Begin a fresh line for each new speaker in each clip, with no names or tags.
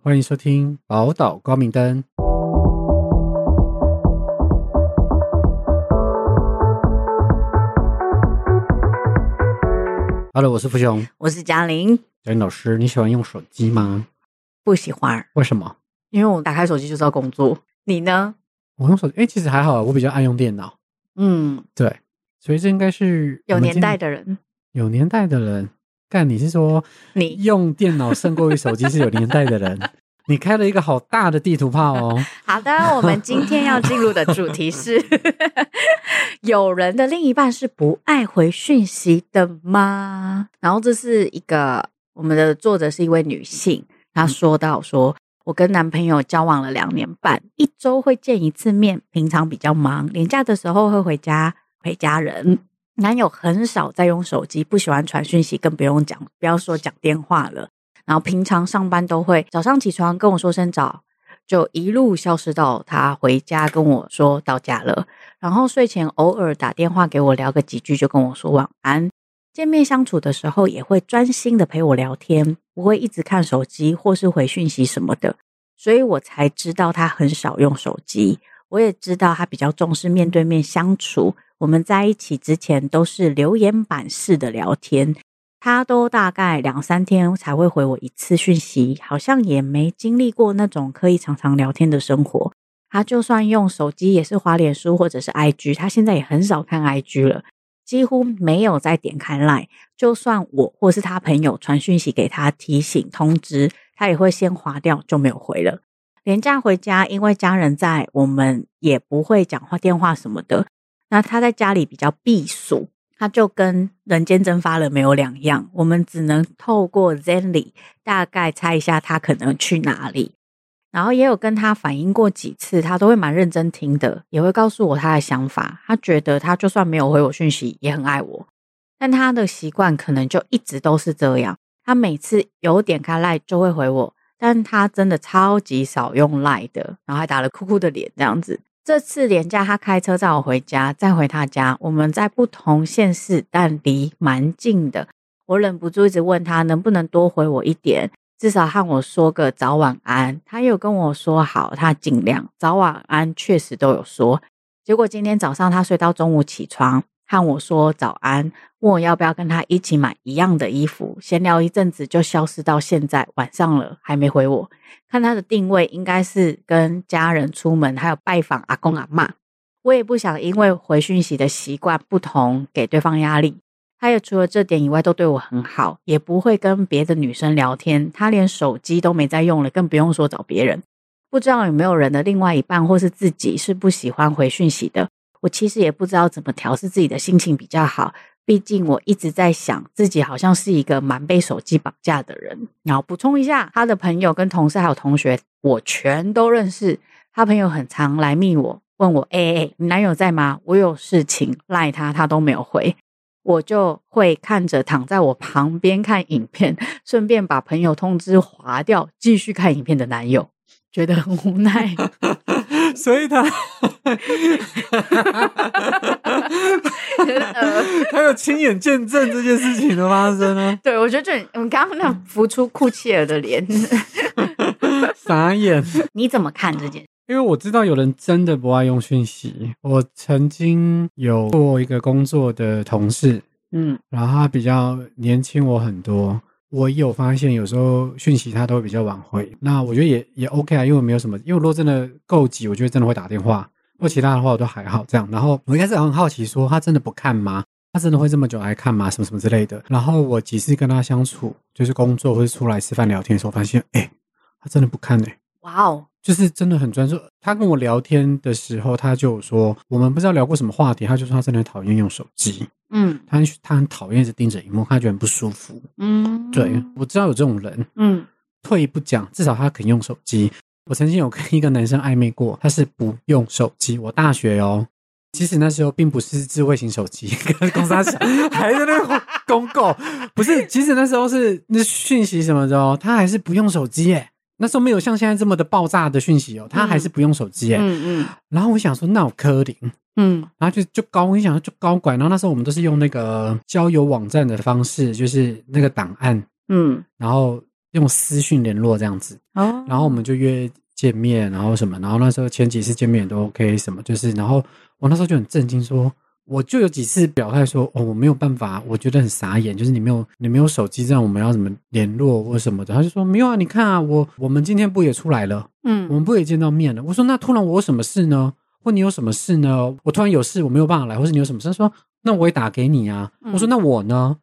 欢迎收听《宝岛光明灯》。Hello，我是福雄，
我是嘉玲，
小林老师，你喜欢用手机吗？
不喜欢，
为什么？
因为我打开手机就是要工作。你呢？
我用手机，哎、其实还好，我比较爱用电脑。
嗯，
对，所以这应该是
有
我们
年
今
代的人，
有年代的人。干，你是说
你
用电脑胜过于手机是有年代的 人？你开了一个好大的地图炮哦。
好的。我们今天要进入的主题是： 有人的另一半是不爱回讯息的吗？然后这是一个我们的作者是一位女性，她说到说。我跟男朋友交往了两年半，一周会见一次面，平常比较忙，年假的时候会回家陪家人。男友很少在用手机，不喜欢传讯息，更不用讲，不要说讲电话了。然后平常上班都会早上起床跟我说声早，就一路消失到他回家跟我说到家了。然后睡前偶尔打电话给我聊个几句，就跟我说晚安。见面相处的时候也会专心的陪我聊天，不会一直看手机或是回讯息什么的，所以我才知道他很少用手机。我也知道他比较重视面对面相处。我们在一起之前都是留言板式的聊天，他都大概两三天才会回我一次讯息，好像也没经历过那种可以常常聊天的生活。他就算用手机也是滑脸书或者是 IG，他现在也很少看 IG 了，几乎没有再点开 Line。就算我或是他朋友传讯息给他提醒通知，他也会先划掉就没有回了。连假回家，因为家人在，我们也不会讲话、电话什么的。那他在家里比较避暑，他就跟人间蒸发了没有两样。我们只能透过 Zenly 大概猜一下他可能去哪里。然后也有跟他反映过几次，他都会蛮认真听的，也会告诉我他的想法。他觉得他就算没有回我讯息，也很爱我。但他的习惯可能就一直都是这样，他每次有点开赖就会回我，但他真的超级少用赖的，然后还打了哭哭的脸这样子。这次连假他开车载我回家，再回他家，我们在不同县市，但离蛮近的。我忍不住一直问他能不能多回我一点，至少和我说个早晚安。他有跟我说好，他尽量早晚安，确实都有说。结果今天早上他睡到中午起床，和我说早安，问我要不要跟他一起买一样的衣服。闲聊一阵子就消失到现在晚上了，还没回我。看他的定位应该是跟家人出门，还有拜访阿公阿嬷。我也不想因为回讯息的习惯不同给对方压力。他也除了这点以外都对我很好，也不会跟别的女生聊天。他连手机都没在用了，更不用说找别人。不知道有没有人的另外一半或是自己是不喜欢回讯息的。我其实也不知道怎么调试自己的心情比较好。毕竟我一直在想，自己好像是一个蛮被手机绑架的人。然后补充一下，他的朋友、跟同事还有同学，我全都认识。他朋友很常来密我，问我：“哎、欸、哎、欸你男友在吗？我有事情赖他，他都没有回。”我就会看着躺在我旁边看影片， 顺便把朋友通知划掉，继续看影片的男友，觉得很无奈。
所以他，
呃
他有亲眼见证这件事情的发生 呢，
对，我觉得就你你刚刚那浮出库切尔的脸，
傻眼。
你怎么看这件事？
因为我知道有人真的不爱用讯息。我曾经有过一个工作的同事，
嗯
然后他比较年轻我很多，我有发现有时候讯息他都会比较晚回。那我觉得也也 OK 啊，因为我没有什么，因为我如果真的够急，我觉得真的会打电话，或其他的话我都还好这样。然后我一开始很好奇说他真的不看吗？他真的会这么久来看吗？什么什么之类的。然后我几次跟他相处，就是工作或是出来吃饭聊天的时候，发现哎、他真的不看哎、
哇哦，
就是真的很专注。他跟我聊天的时候，他就有说我们不知道聊过什么话题，他就说他真的很讨厌用手机，
嗯
他很他很讨厌一直盯着荧幕，他觉得很不舒服。
嗯，
对，我知道有这种人，
嗯
退一步讲，至少他肯用手机。我曾经有跟一个男生暧昧过，他是不用手机。我大学哦，其实那时候并不是智慧型手机，跟公司小还在那个公购，不是，其实那时候是那讯息什么的哦，他还是不用手机耶。那时候没有像现在这么的爆炸的讯息哦，他还是不用手机耶。
嗯嗯
然后我想说，那我柯林，
嗯
然后就就高，你想就高拐。然后那时候我们都是用那个交友网站的方式，就是那个档案，
嗯
然后用私讯联络这样子，
哦
然后我们就约见面，然后什么，然后那时候前几次见面也都 OK，什么就是，然后我那时候就很震惊说。我就有几次表态说，哦，我没有办法，我觉得很傻眼，就是你没有你没有手机，这样我们要怎么联络或什么的？他就说没有啊，你看啊，我我们今天不也出来了，我
嗯
们不也见到面了？我说那突然我有什么事呢？或你有什么事呢？我突然有事，我没有办法来，或是你有什么事？他说那我也打给你啊。
嗯
我说那我呢？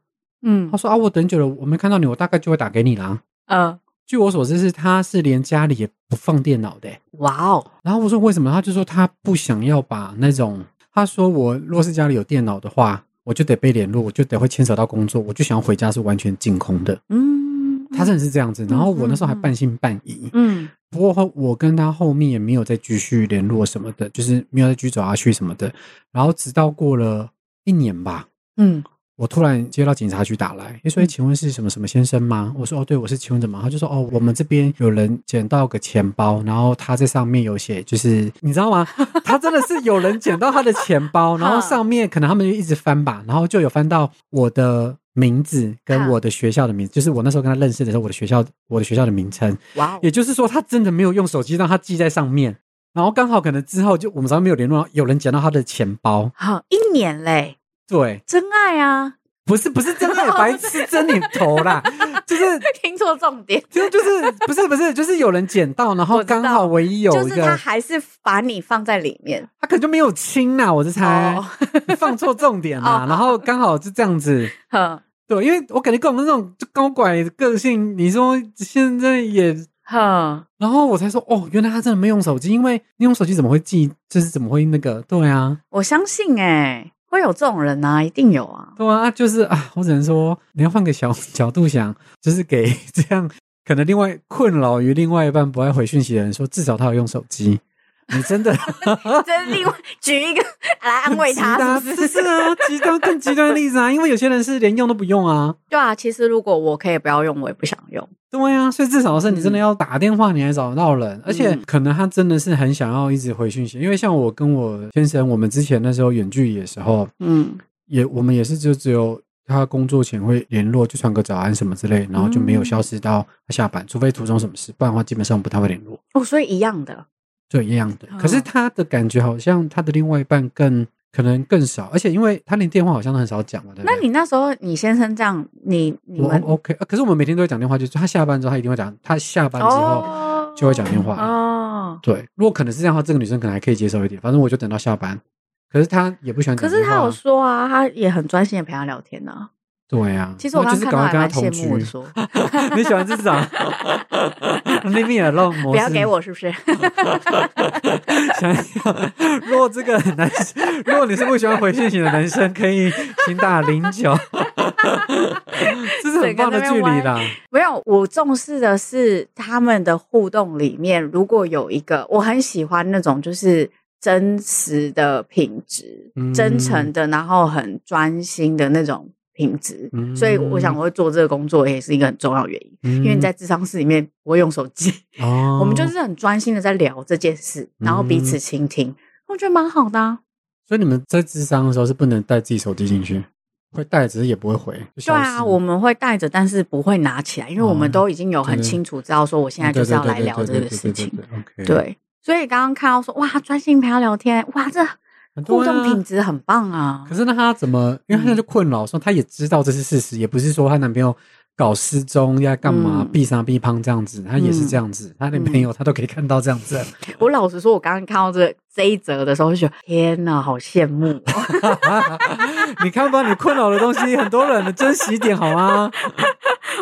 嗯
他说啊，我等久了，我没看到你，我大概就会打给你啦。
呃，
据我所知是，他是连家里也不放电脑的欸、
哇哦，
然后我说为什么？他就说他不想要把那种，他说我若是家里有电脑的话，我就得被联络，我就得会牵扯到工作，我就想要回家是完全净空的。
嗯，
他真的是这样子。然后我那时候还
嗯嗯嗯
半信半疑。
嗯
不过后我跟他后面也没有再继续联络什么的，就是没有再继续走下去什么的。然后直到过了一年吧，
嗯
我突然接到警察局打来，诶所以请问是什么什么先生吗？我说哦，对，我是请问怎么？他就说哦，我们这边有人捡到个钱包，然后他在上面有写，就是你知道吗？ 他真的是有人捡到他的钱包，然后上面可能他们就一直翻吧，然后就有翻到我的。名字跟
哈
我的学校的名字，就是我那时候跟他认识的时候，我的学校我的学校的名称，
哇哦
也，就是说，他真的没有用手机让他记在上面，然后刚好可能之后就我们早上没有联络，有人捡到他的钱包。
好一年嘞，
对，
真爱啊，
不是不是真的白痴真你头 啦，就是
听错重点，
就就是不是不是就是有人捡到，然后
我知道
刚好唯一有
就
一
是
个
他还是把你放在里面，
他可能就没有清啦，我是猜、
哦
放错重点啦，
哦
然后刚好就这样子。
哼
对，因为我感觉跟我们那种就高拐的个性，你说现在也
哼，
然后我才说，哦，原来他真的没用手机，因为你用手机怎么会记？就是怎么会那个？对啊，
我相信哎、会有这种人啊，一定有 啊，
对啊，就是啊，我只能说，你要换个小角度想，就是给 这样可能另外困扰于另外一半不爱回讯息的人说，至少他有用手机。你真的
这是另外举一个 来安慰他，是不
是是
是？
啊，极端更极端的例子啊，因为有些人是连用都不用啊。
对啊，其实如果我可以不要用，我也不想用。
对啊，所以至少是你真的要打电话，你还找得到人，而且
嗯
可能他真的是很想要一直回讯息，因为像我跟我先生，我们之前那时候远距离的时候，
嗯，
也我们也是就只有他工作前会联络，就传个早安什么之类，然后就没有
嗯
消失到他下班，除非途中什么事，不然的话基本上不太会联络，
哦，所以一样的，
就一样的
哦。
可是他的感觉好像他的另外一半更可能更少，而且因为他连电话好像都很少讲嘛，对不
那
对？
你那时候，你先生这样，你你
我
们
OK，呃可是我们每天都会讲电话，就是他下班之后他一定会讲，他下班之后
哦
就会讲电话。
哦。
对，如果可能是这样的话，这个女生可能还可以接受一点，反正我就等到下班。可是他也不喜欢
可
讲
是
电话
他
啊。
有说啊，他也很专心的陪他聊天呢、
对呀、啊，
其实我
那
刚
就
刚
是
看
赶快
到还
跟他
蛮
同
羡
居
慕。的 说，
你喜欢这 种 leave me alone 模式？
不要给。我是不是？
想要， 如果这个男生，如果你是不喜欢回讯息的男生，可以请打零 九，这是很棒的距离啦。
没有，我重视的是他们的互动里面，如果有一个我很喜欢那种就是真实的品质、
嗯
真诚的，然后很专心的那种品质。
嗯
所以我想，我会做这个工作也是一个很重要原因，
因
因为你在智商室里面不会用手机，
哦，嗯
我们就是很专心的在聊这件事，然后彼此倾听，我觉得蛮好的、啊。
所以你们在智商的时候是不能带自己手机进去，会带只是也不会回。就消
对
失
啊，我们会带着，但是不会拿起来，因为我们
哦
都已经有很
对
清楚知道说，我现在就是要来聊这个事情。。对，所以刚刚看到说，哇，专心陪他聊天，哇， 这互动品
质。
质很棒啊嗯
可。是那她怎么？因为她现在就困扰，说她也知道这是事实，也不是说她男朋友搞失踪要干嘛
嗯，
避杀避胖这样子，她也是这样子，她男朋友她都可以看到这样 子。
我老实说，我刚刚看到这这一则的时候，就觉得天哪，好羡慕哦。
你看吧，你困扰的东西，很多人的珍惜一点好吗？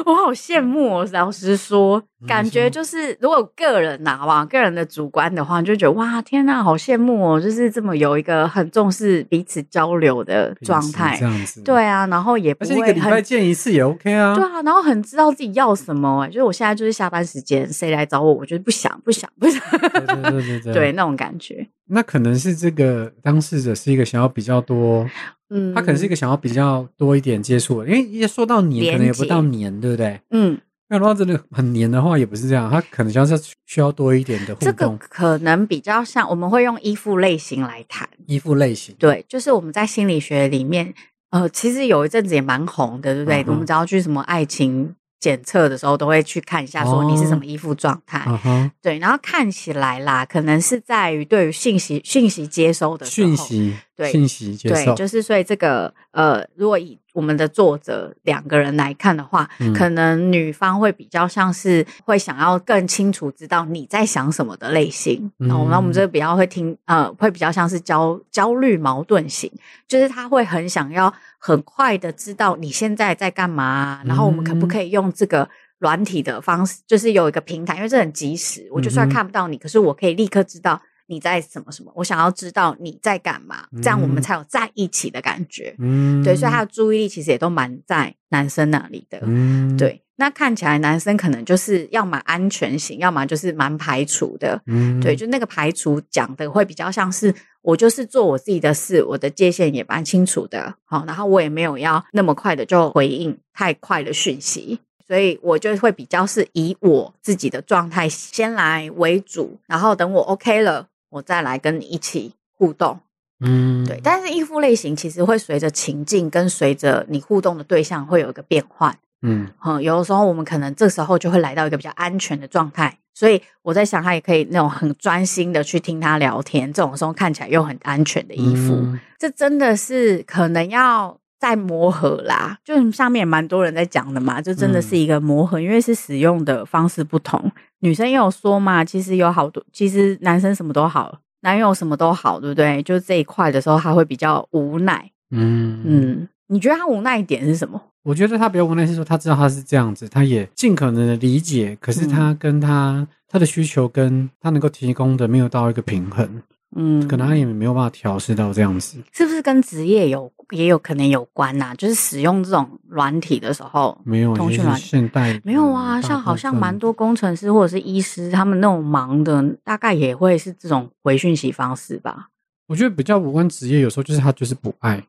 我好羡
嗯
慕哦！老实说，感觉就是如果个人呐、好不好？个人的主观的话，你就觉得哇，天呐，好羡慕哦！就是这么有一个很重视彼此交流的状态
这，样子，。
对啊，然后也不
而且一个
会
礼拜
很。
见一次也 OK 啊。
对啊，然后很知道自己要什么、哎，就是我现在就是下班时间，谁来找我，我就不想，不想，不想，
对对对对啊对
对那种感觉，
那可能是这个当事者是一个想要比较多，
嗯，
他可能是一个想要比较多一点接触的，因为一说到年，可能也不
连接
到年，对不对？
嗯，
那如果真的很黏的话，也不是这样，他可能像是需要多一点的互
这个
动，
可能比较像我们会用依附类型来谈，
依附类型。
对，就是我们在心理学里面，呃，其实有一阵子也蛮红的，对不对？
嗯哼
我们只要去什么爱情检测的时候，都会去看一下说你是
哦
什么依附状态。
啊哈，
对，然后看起来啦，可能是在于对于信息讯息接收的时候
讯息，
对
讯息接
对，
受，
就是所以这个呃，如果以我们的作者两个人来看的话，
嗯
可能女方会比较像是会想要更清楚知道你在想什么的类型，
嗯
然哦后我们我们这比较会听呃，会比较像是焦焦虑矛盾型，就是他会很想要很快的知道你现在在干嘛，然后我们可
嗯
不可以用这个。软体的方式就是有一个平台，因为这很及时，我就算
嗯哼
看不到你，可是我可以立刻知道你在什么什么，我想要知道你在干嘛，这样我们
嗯
才有在一起的感觉。
嗯
对，所以他的注意力其实也都蛮在男生那里的。
嗯，
对，那看起来男生可能就是要么安全型，要么就是蛮排除的。
嗯，
对，就那个排除讲的会比较像是我就是做我自己的事，我的界限也蛮清楚的，好，然后我也没有要那么快的就回应太快的讯息，所以我就会比较是以我自己的状态先来为主，然后等我 OK 了，我再来跟你一起互动。
嗯，
对，但是依附类型其实会随着情境跟随着你互动的对象会有一个变换。
嗯
嗯，有的时候我们可能这时候就会来到一个比较安全的状态，所以我在想，他也可以那种很专心的去听他聊天，这种时候看起来又很安全的衣服，
嗯
这真的是可能要再磨合啦。就上面也蛮多人在讲的嘛，就真的
嗯
是一个磨合，因为是使用的方式不同。女生也有说嘛，其实有好多，其实男生什么都好，男友什么都好，对不对？就这一块的时候，他会比较无奈。
嗯嗯，
嗯，你觉得他无奈点是什么？
我觉得他比较无奈是说，他知道他是这样子，他也尽可能的理解，可是
嗯
他跟他、他的需求跟他能够提供的没有到一个平衡，
嗯，
可能他也没有办法调试到这样子。
是不是跟职业有也有可能有关呐、就是使用这种软体的时候，
没有，
通
就
讯
是
软
现代
没有啊，
嗯大
像好
部
像
分
蛮多工程师或者是医师，他们那种忙的，大概也会是这种回讯息方式吧。
我觉得比较无关职业，有时候就是他就是不爱，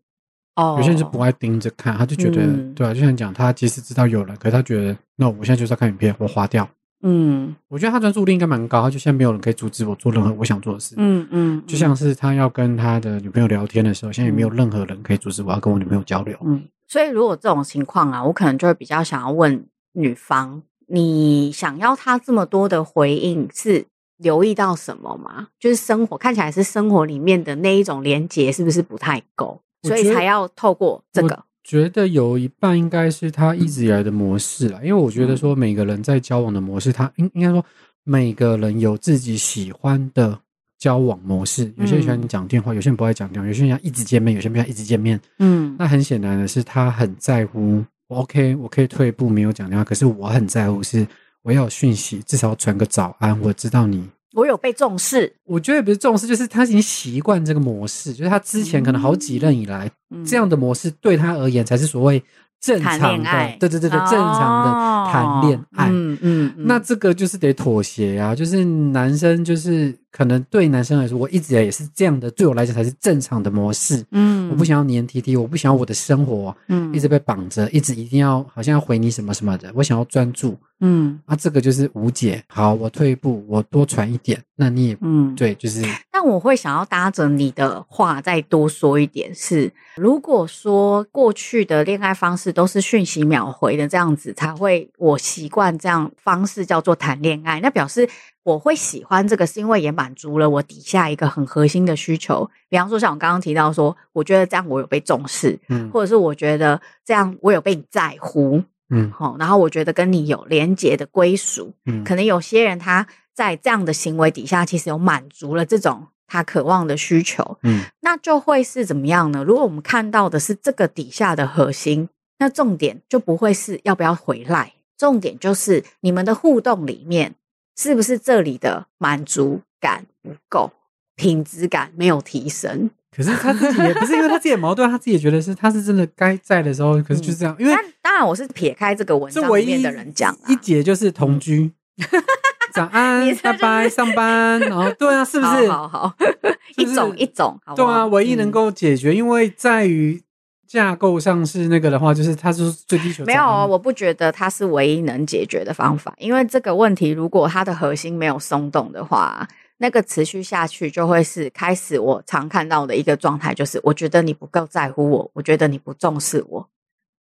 哦，
有些人是不爱盯着看，他就觉得、
嗯
对啊，就像你讲他即使知道有人，可是他觉得那我现在就是要看影片，我划掉。
嗯
我觉得他专注力应该蛮高，他就现在没有人可以阻止我做任何我想做的事。
嗯嗯，
就像是他要跟他的女朋友聊天的时候，现在也没有任何人可以阻止我要跟我女朋友交流。
嗯，所以如果这种情况啊，我可能就会比较想要问女方，你想要他这么多的回应是留意到什么吗？就是生活看起来是生活里面的那一种连接，是不是不太够？
我
所以
觉得
才要透过这个，
觉得有一半应该是他一直以来的模式啦，因为我觉得说每个人在交往的模式，他应应该说每个人有自己喜欢的交往模式。有些人喜欢讲电话，有些人不爱讲电话，有些人要一直见面，有些人不想一直见面。
嗯
那很显然的是，他很在乎。我 OK，我可以退一步，没有讲电话，可是我很在乎是我要有讯息，至少传个早安，我知道你
我有被重视，
我觉得也不是重视，就是他已经习惯这个模式，就是他之前可能好几任以来、
嗯
这样的模式对他而言才是所谓正
谈
常
恋爱
的，对对对对，正常的谈恋爱。
哦嗯嗯，嗯
那这个就是得妥协啊，就是男生就是可能对男生来说，我一直以来也是这样的，对我来讲才是正常的模式。
嗯
我不想要黏 T T，我不想要我的生活
嗯
一直被绑着，一直一定要好像要回你什么什么的，我想要专注
嗯
啊，这个就是无解。好，我退一步，我多传一点，那你也
嗯。
对， 就是
但我会想要搭着你的话再多说一点是，如果说过去的恋爱方式都是讯息秒回的这样子，才会我习惯这样方式叫做谈恋爱，那表示我会喜欢这个，是因为也满足了我底下一个很核心的需求。比方说，像我刚刚提到说，我觉得这样我有被重视，
嗯
或者是我觉得这样我有被你在乎，
嗯
吼，然后我觉得跟你有连结的归属，
嗯
可能有些人他在这样的行为底下，其实有满足了这种他渴望的需求，
嗯
那就会是怎么样呢？如果我们看到的是这个底下的核心，那重点就不会是要不要回来，重点就是你们的互动里面是不是这里的满足感不够，品质感没有提升。
可是他自己也不是因为他自己的矛盾，他自己也觉得是他是真的该在的时候，可是就是这样，因为
但当然，我是撇开这个文
这
章
唯
里
一
面的人讲啦
一姐就是同居， 早安
你这就是
拜拜上班，然后对啊，是不是？
好好好，
是不是
一种一种，好不
对
好嗯
啊，唯一能、够解决，因为在于架构上是那个的话，就是他是最低求
嗯没有
早
哦，
安
我不觉得它是唯一能解决的方法，因为这个问题如果它的核心没有松动的话，那个持续下去就会是开 始我常看到的一个状态，就是我觉得你不够在乎我，我觉得你不重视我，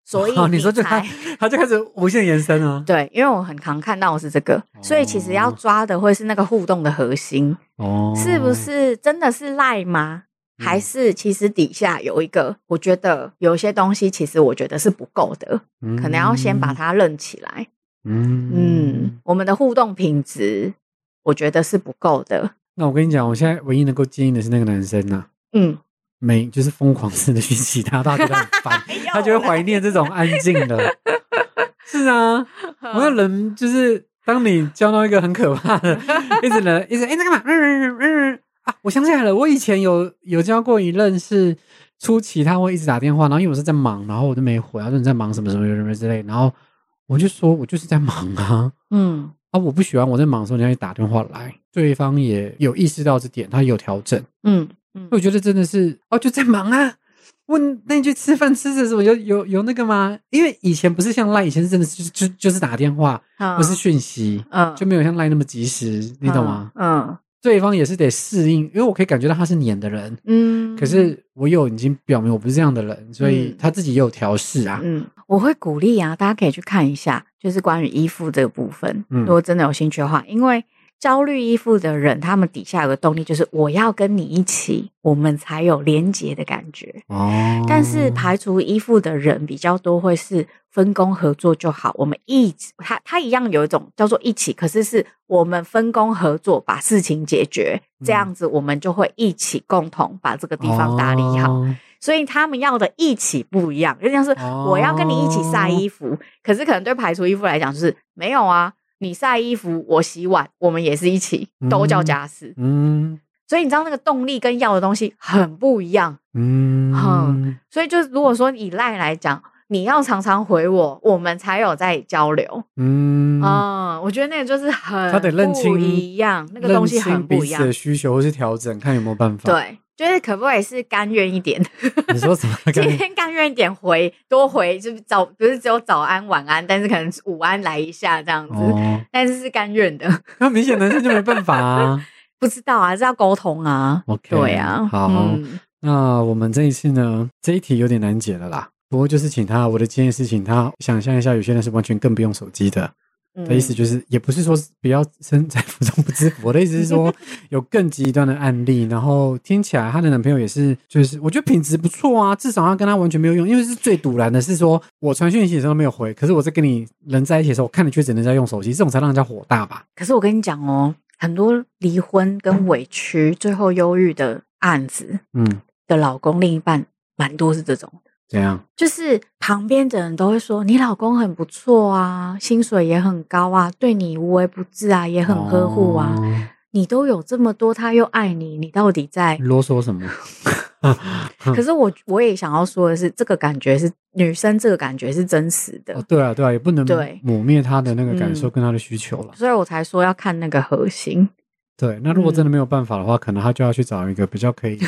所以
哦你说就
才
他他就开始无限延伸啊。
对，因为我很常看到的是这个，所以其实要
哦
抓的会是那个互动的核心，
哦，
是不？是真的是赖吗？
嗯
还是其实底下有一个，我觉得有些东西其实我觉得是不够的，可能要先把。它认起来。
嗯
嗯，我们的互动品质，我觉得是不够的。
那我跟你讲，我现在唯一能够建议的是那个男生啊呐、
嗯，
每就是疯狂式的去洗他，他觉得很 烦，他就会怀念这种安静的。是啊，我那人就是，当你交到一个很可怕的，一直人一直哎、那干嘛？嗯嗯嗯啊！我想起来了，我以前有有交过一任是初期，他会一直打电话，然后因为我是在忙，然后我就没回，他说你在忙什么什么什么之类，然后我就说我就是在忙啊
嗯
啊！我不喜欢我在忙的时候你要打电话来，对方也有意识到这点，他有调整。
嗯嗯
我觉得真的是哦，就在忙啊。问那你去吃饭吃的时候有有有那个吗？因为以前不是像赖，以前是真的是就就就是打电话，
嗯
不是讯息，
嗯
就没有像赖那么及时，你懂吗？？
嗯
对方也是得适应，因为我可以感觉到他是黏的人，
嗯，
可是我有已经表明我不是这样的人，所以
嗯
他自己也有调试啊。
嗯，我会鼓励啊，大家可以去看一下，就是关于依附这个部分。
嗯
如果真的有兴趣的话，因为焦虑依附的人，他们底下有个动力，就是我要跟你一起，我们才有连结的感觉。
哦，
嗯但是排除依附的人比较多，会是分工合作就好。我们一起，他他一样有一种叫做一起，可是是我们分工合作把事情解决，这
嗯
样子我们就会一起共同把这个地方打理好。
哦
所以他们要的一起不一样，有点像是
哦
我要跟你一起晒衣服，可是可能对排除衣服来讲就是没有啊，你晒衣服，我洗碗，我们也是一起，都叫家事。
嗯
所以你知道那个动力跟要的东西很不一样。
嗯
哼所以就是如果说以赖来讲，你要常常回我，我们才有在交流。
嗯
嗯，我觉得那个就是很
他得认清
不一样，那个东西
认
很
清彼
不一
此
样
的。需求或是调整，看有没有办法。，
对，就是可不可以是甘愿一点？
你 说什么？
今天甘愿一点回多回，就是早不是只有早安晚安，但是可能是午安来一下这样子，
哦，
但是是甘愿的。
那明显男生就没办法啊。
不知道啊，是要沟通啊。
OK，
对啊，
好，
嗯
那我们这一次呢，这一题有点难解了啦。不过就是请他，我的建议是请他想象一下，有些人是完全更不用手机的。
嗯
的意思就是，也不是说不要身在福中不知福。我的意思是 说，有更极端的案例。然后听起来她的男朋友也是，就是我觉得品质不错啊，至少他跟她完全没有用，因为是最堵然的是说，我传讯息的时候没有回，可是我在跟你人在一起的时候，我看你却只能在用手机，这种才让人家火大吧？
可是我跟你讲哦，很多离婚跟委屈、最后忧郁的案子
嗯，
的老公另一半，蛮多是这种，
怎样？
就是旁边的人都会说你老公很不错啊，薪水也很高啊，对你无微不至啊，也很呵护啊。
哦
你都有这么多，他又爱你，你到底在？
啰嗦 什么？哦
可是我我也想要说的是，这个感觉是女生这个感觉是真实的，
哦，对啊，对啊，也不能
对嗯
抹灭他的那个感受跟他的需求了。
所以我才说要看那个核心。
对，那如果真的没有办法的话，可能他就要去找一个比较 可以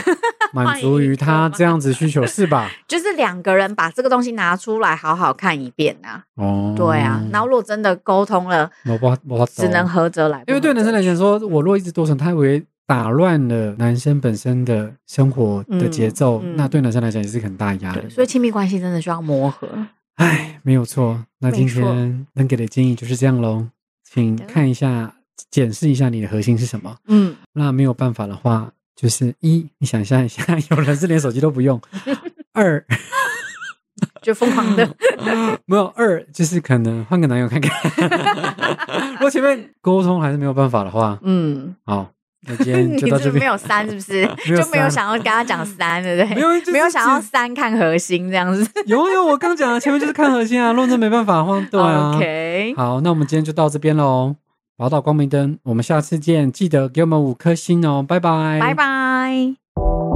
满足于他这样子需求，是吧？
就是两个人把这个东西拿出来好好看一遍啊，
哦，
对啊，然后如果真的沟通了，
我不我不
只能合则来，
因为对男生来讲说，我若一直多想，他会打乱了男生本身的生活的节奏，
嗯嗯
那对男生来讲也是很大压
不能合则来，
力。
对，所以亲密关系真的需要磨合。
唉，没有错。那今
没
天能给的建议就是这样喽，请
好的
看一下，检视一下你的核心是什么。
嗯，
那没有办法的话，就是一，你想象一下， 有人是连手机都不用；二，
就疯狂的，
没有二，就是可能换个男友看看。 如果前面沟通还是没有办法的话，
嗯，
好，那今天
你
嗯就到
是
这
不是没
边。
有三是不是？
没有
就没有
三
想要跟 他讲三，对不对？
没有就是
没有想要
只
三看核心这样子。
有有，我刚讲了，前面就是看核心啊，论证没办法的话，对 啊。
哦 OK，
好，那我们今天就到这边喽。宝岛光明灯，我们下次见，记得给我们五颗星哦，拜拜，
拜。拜。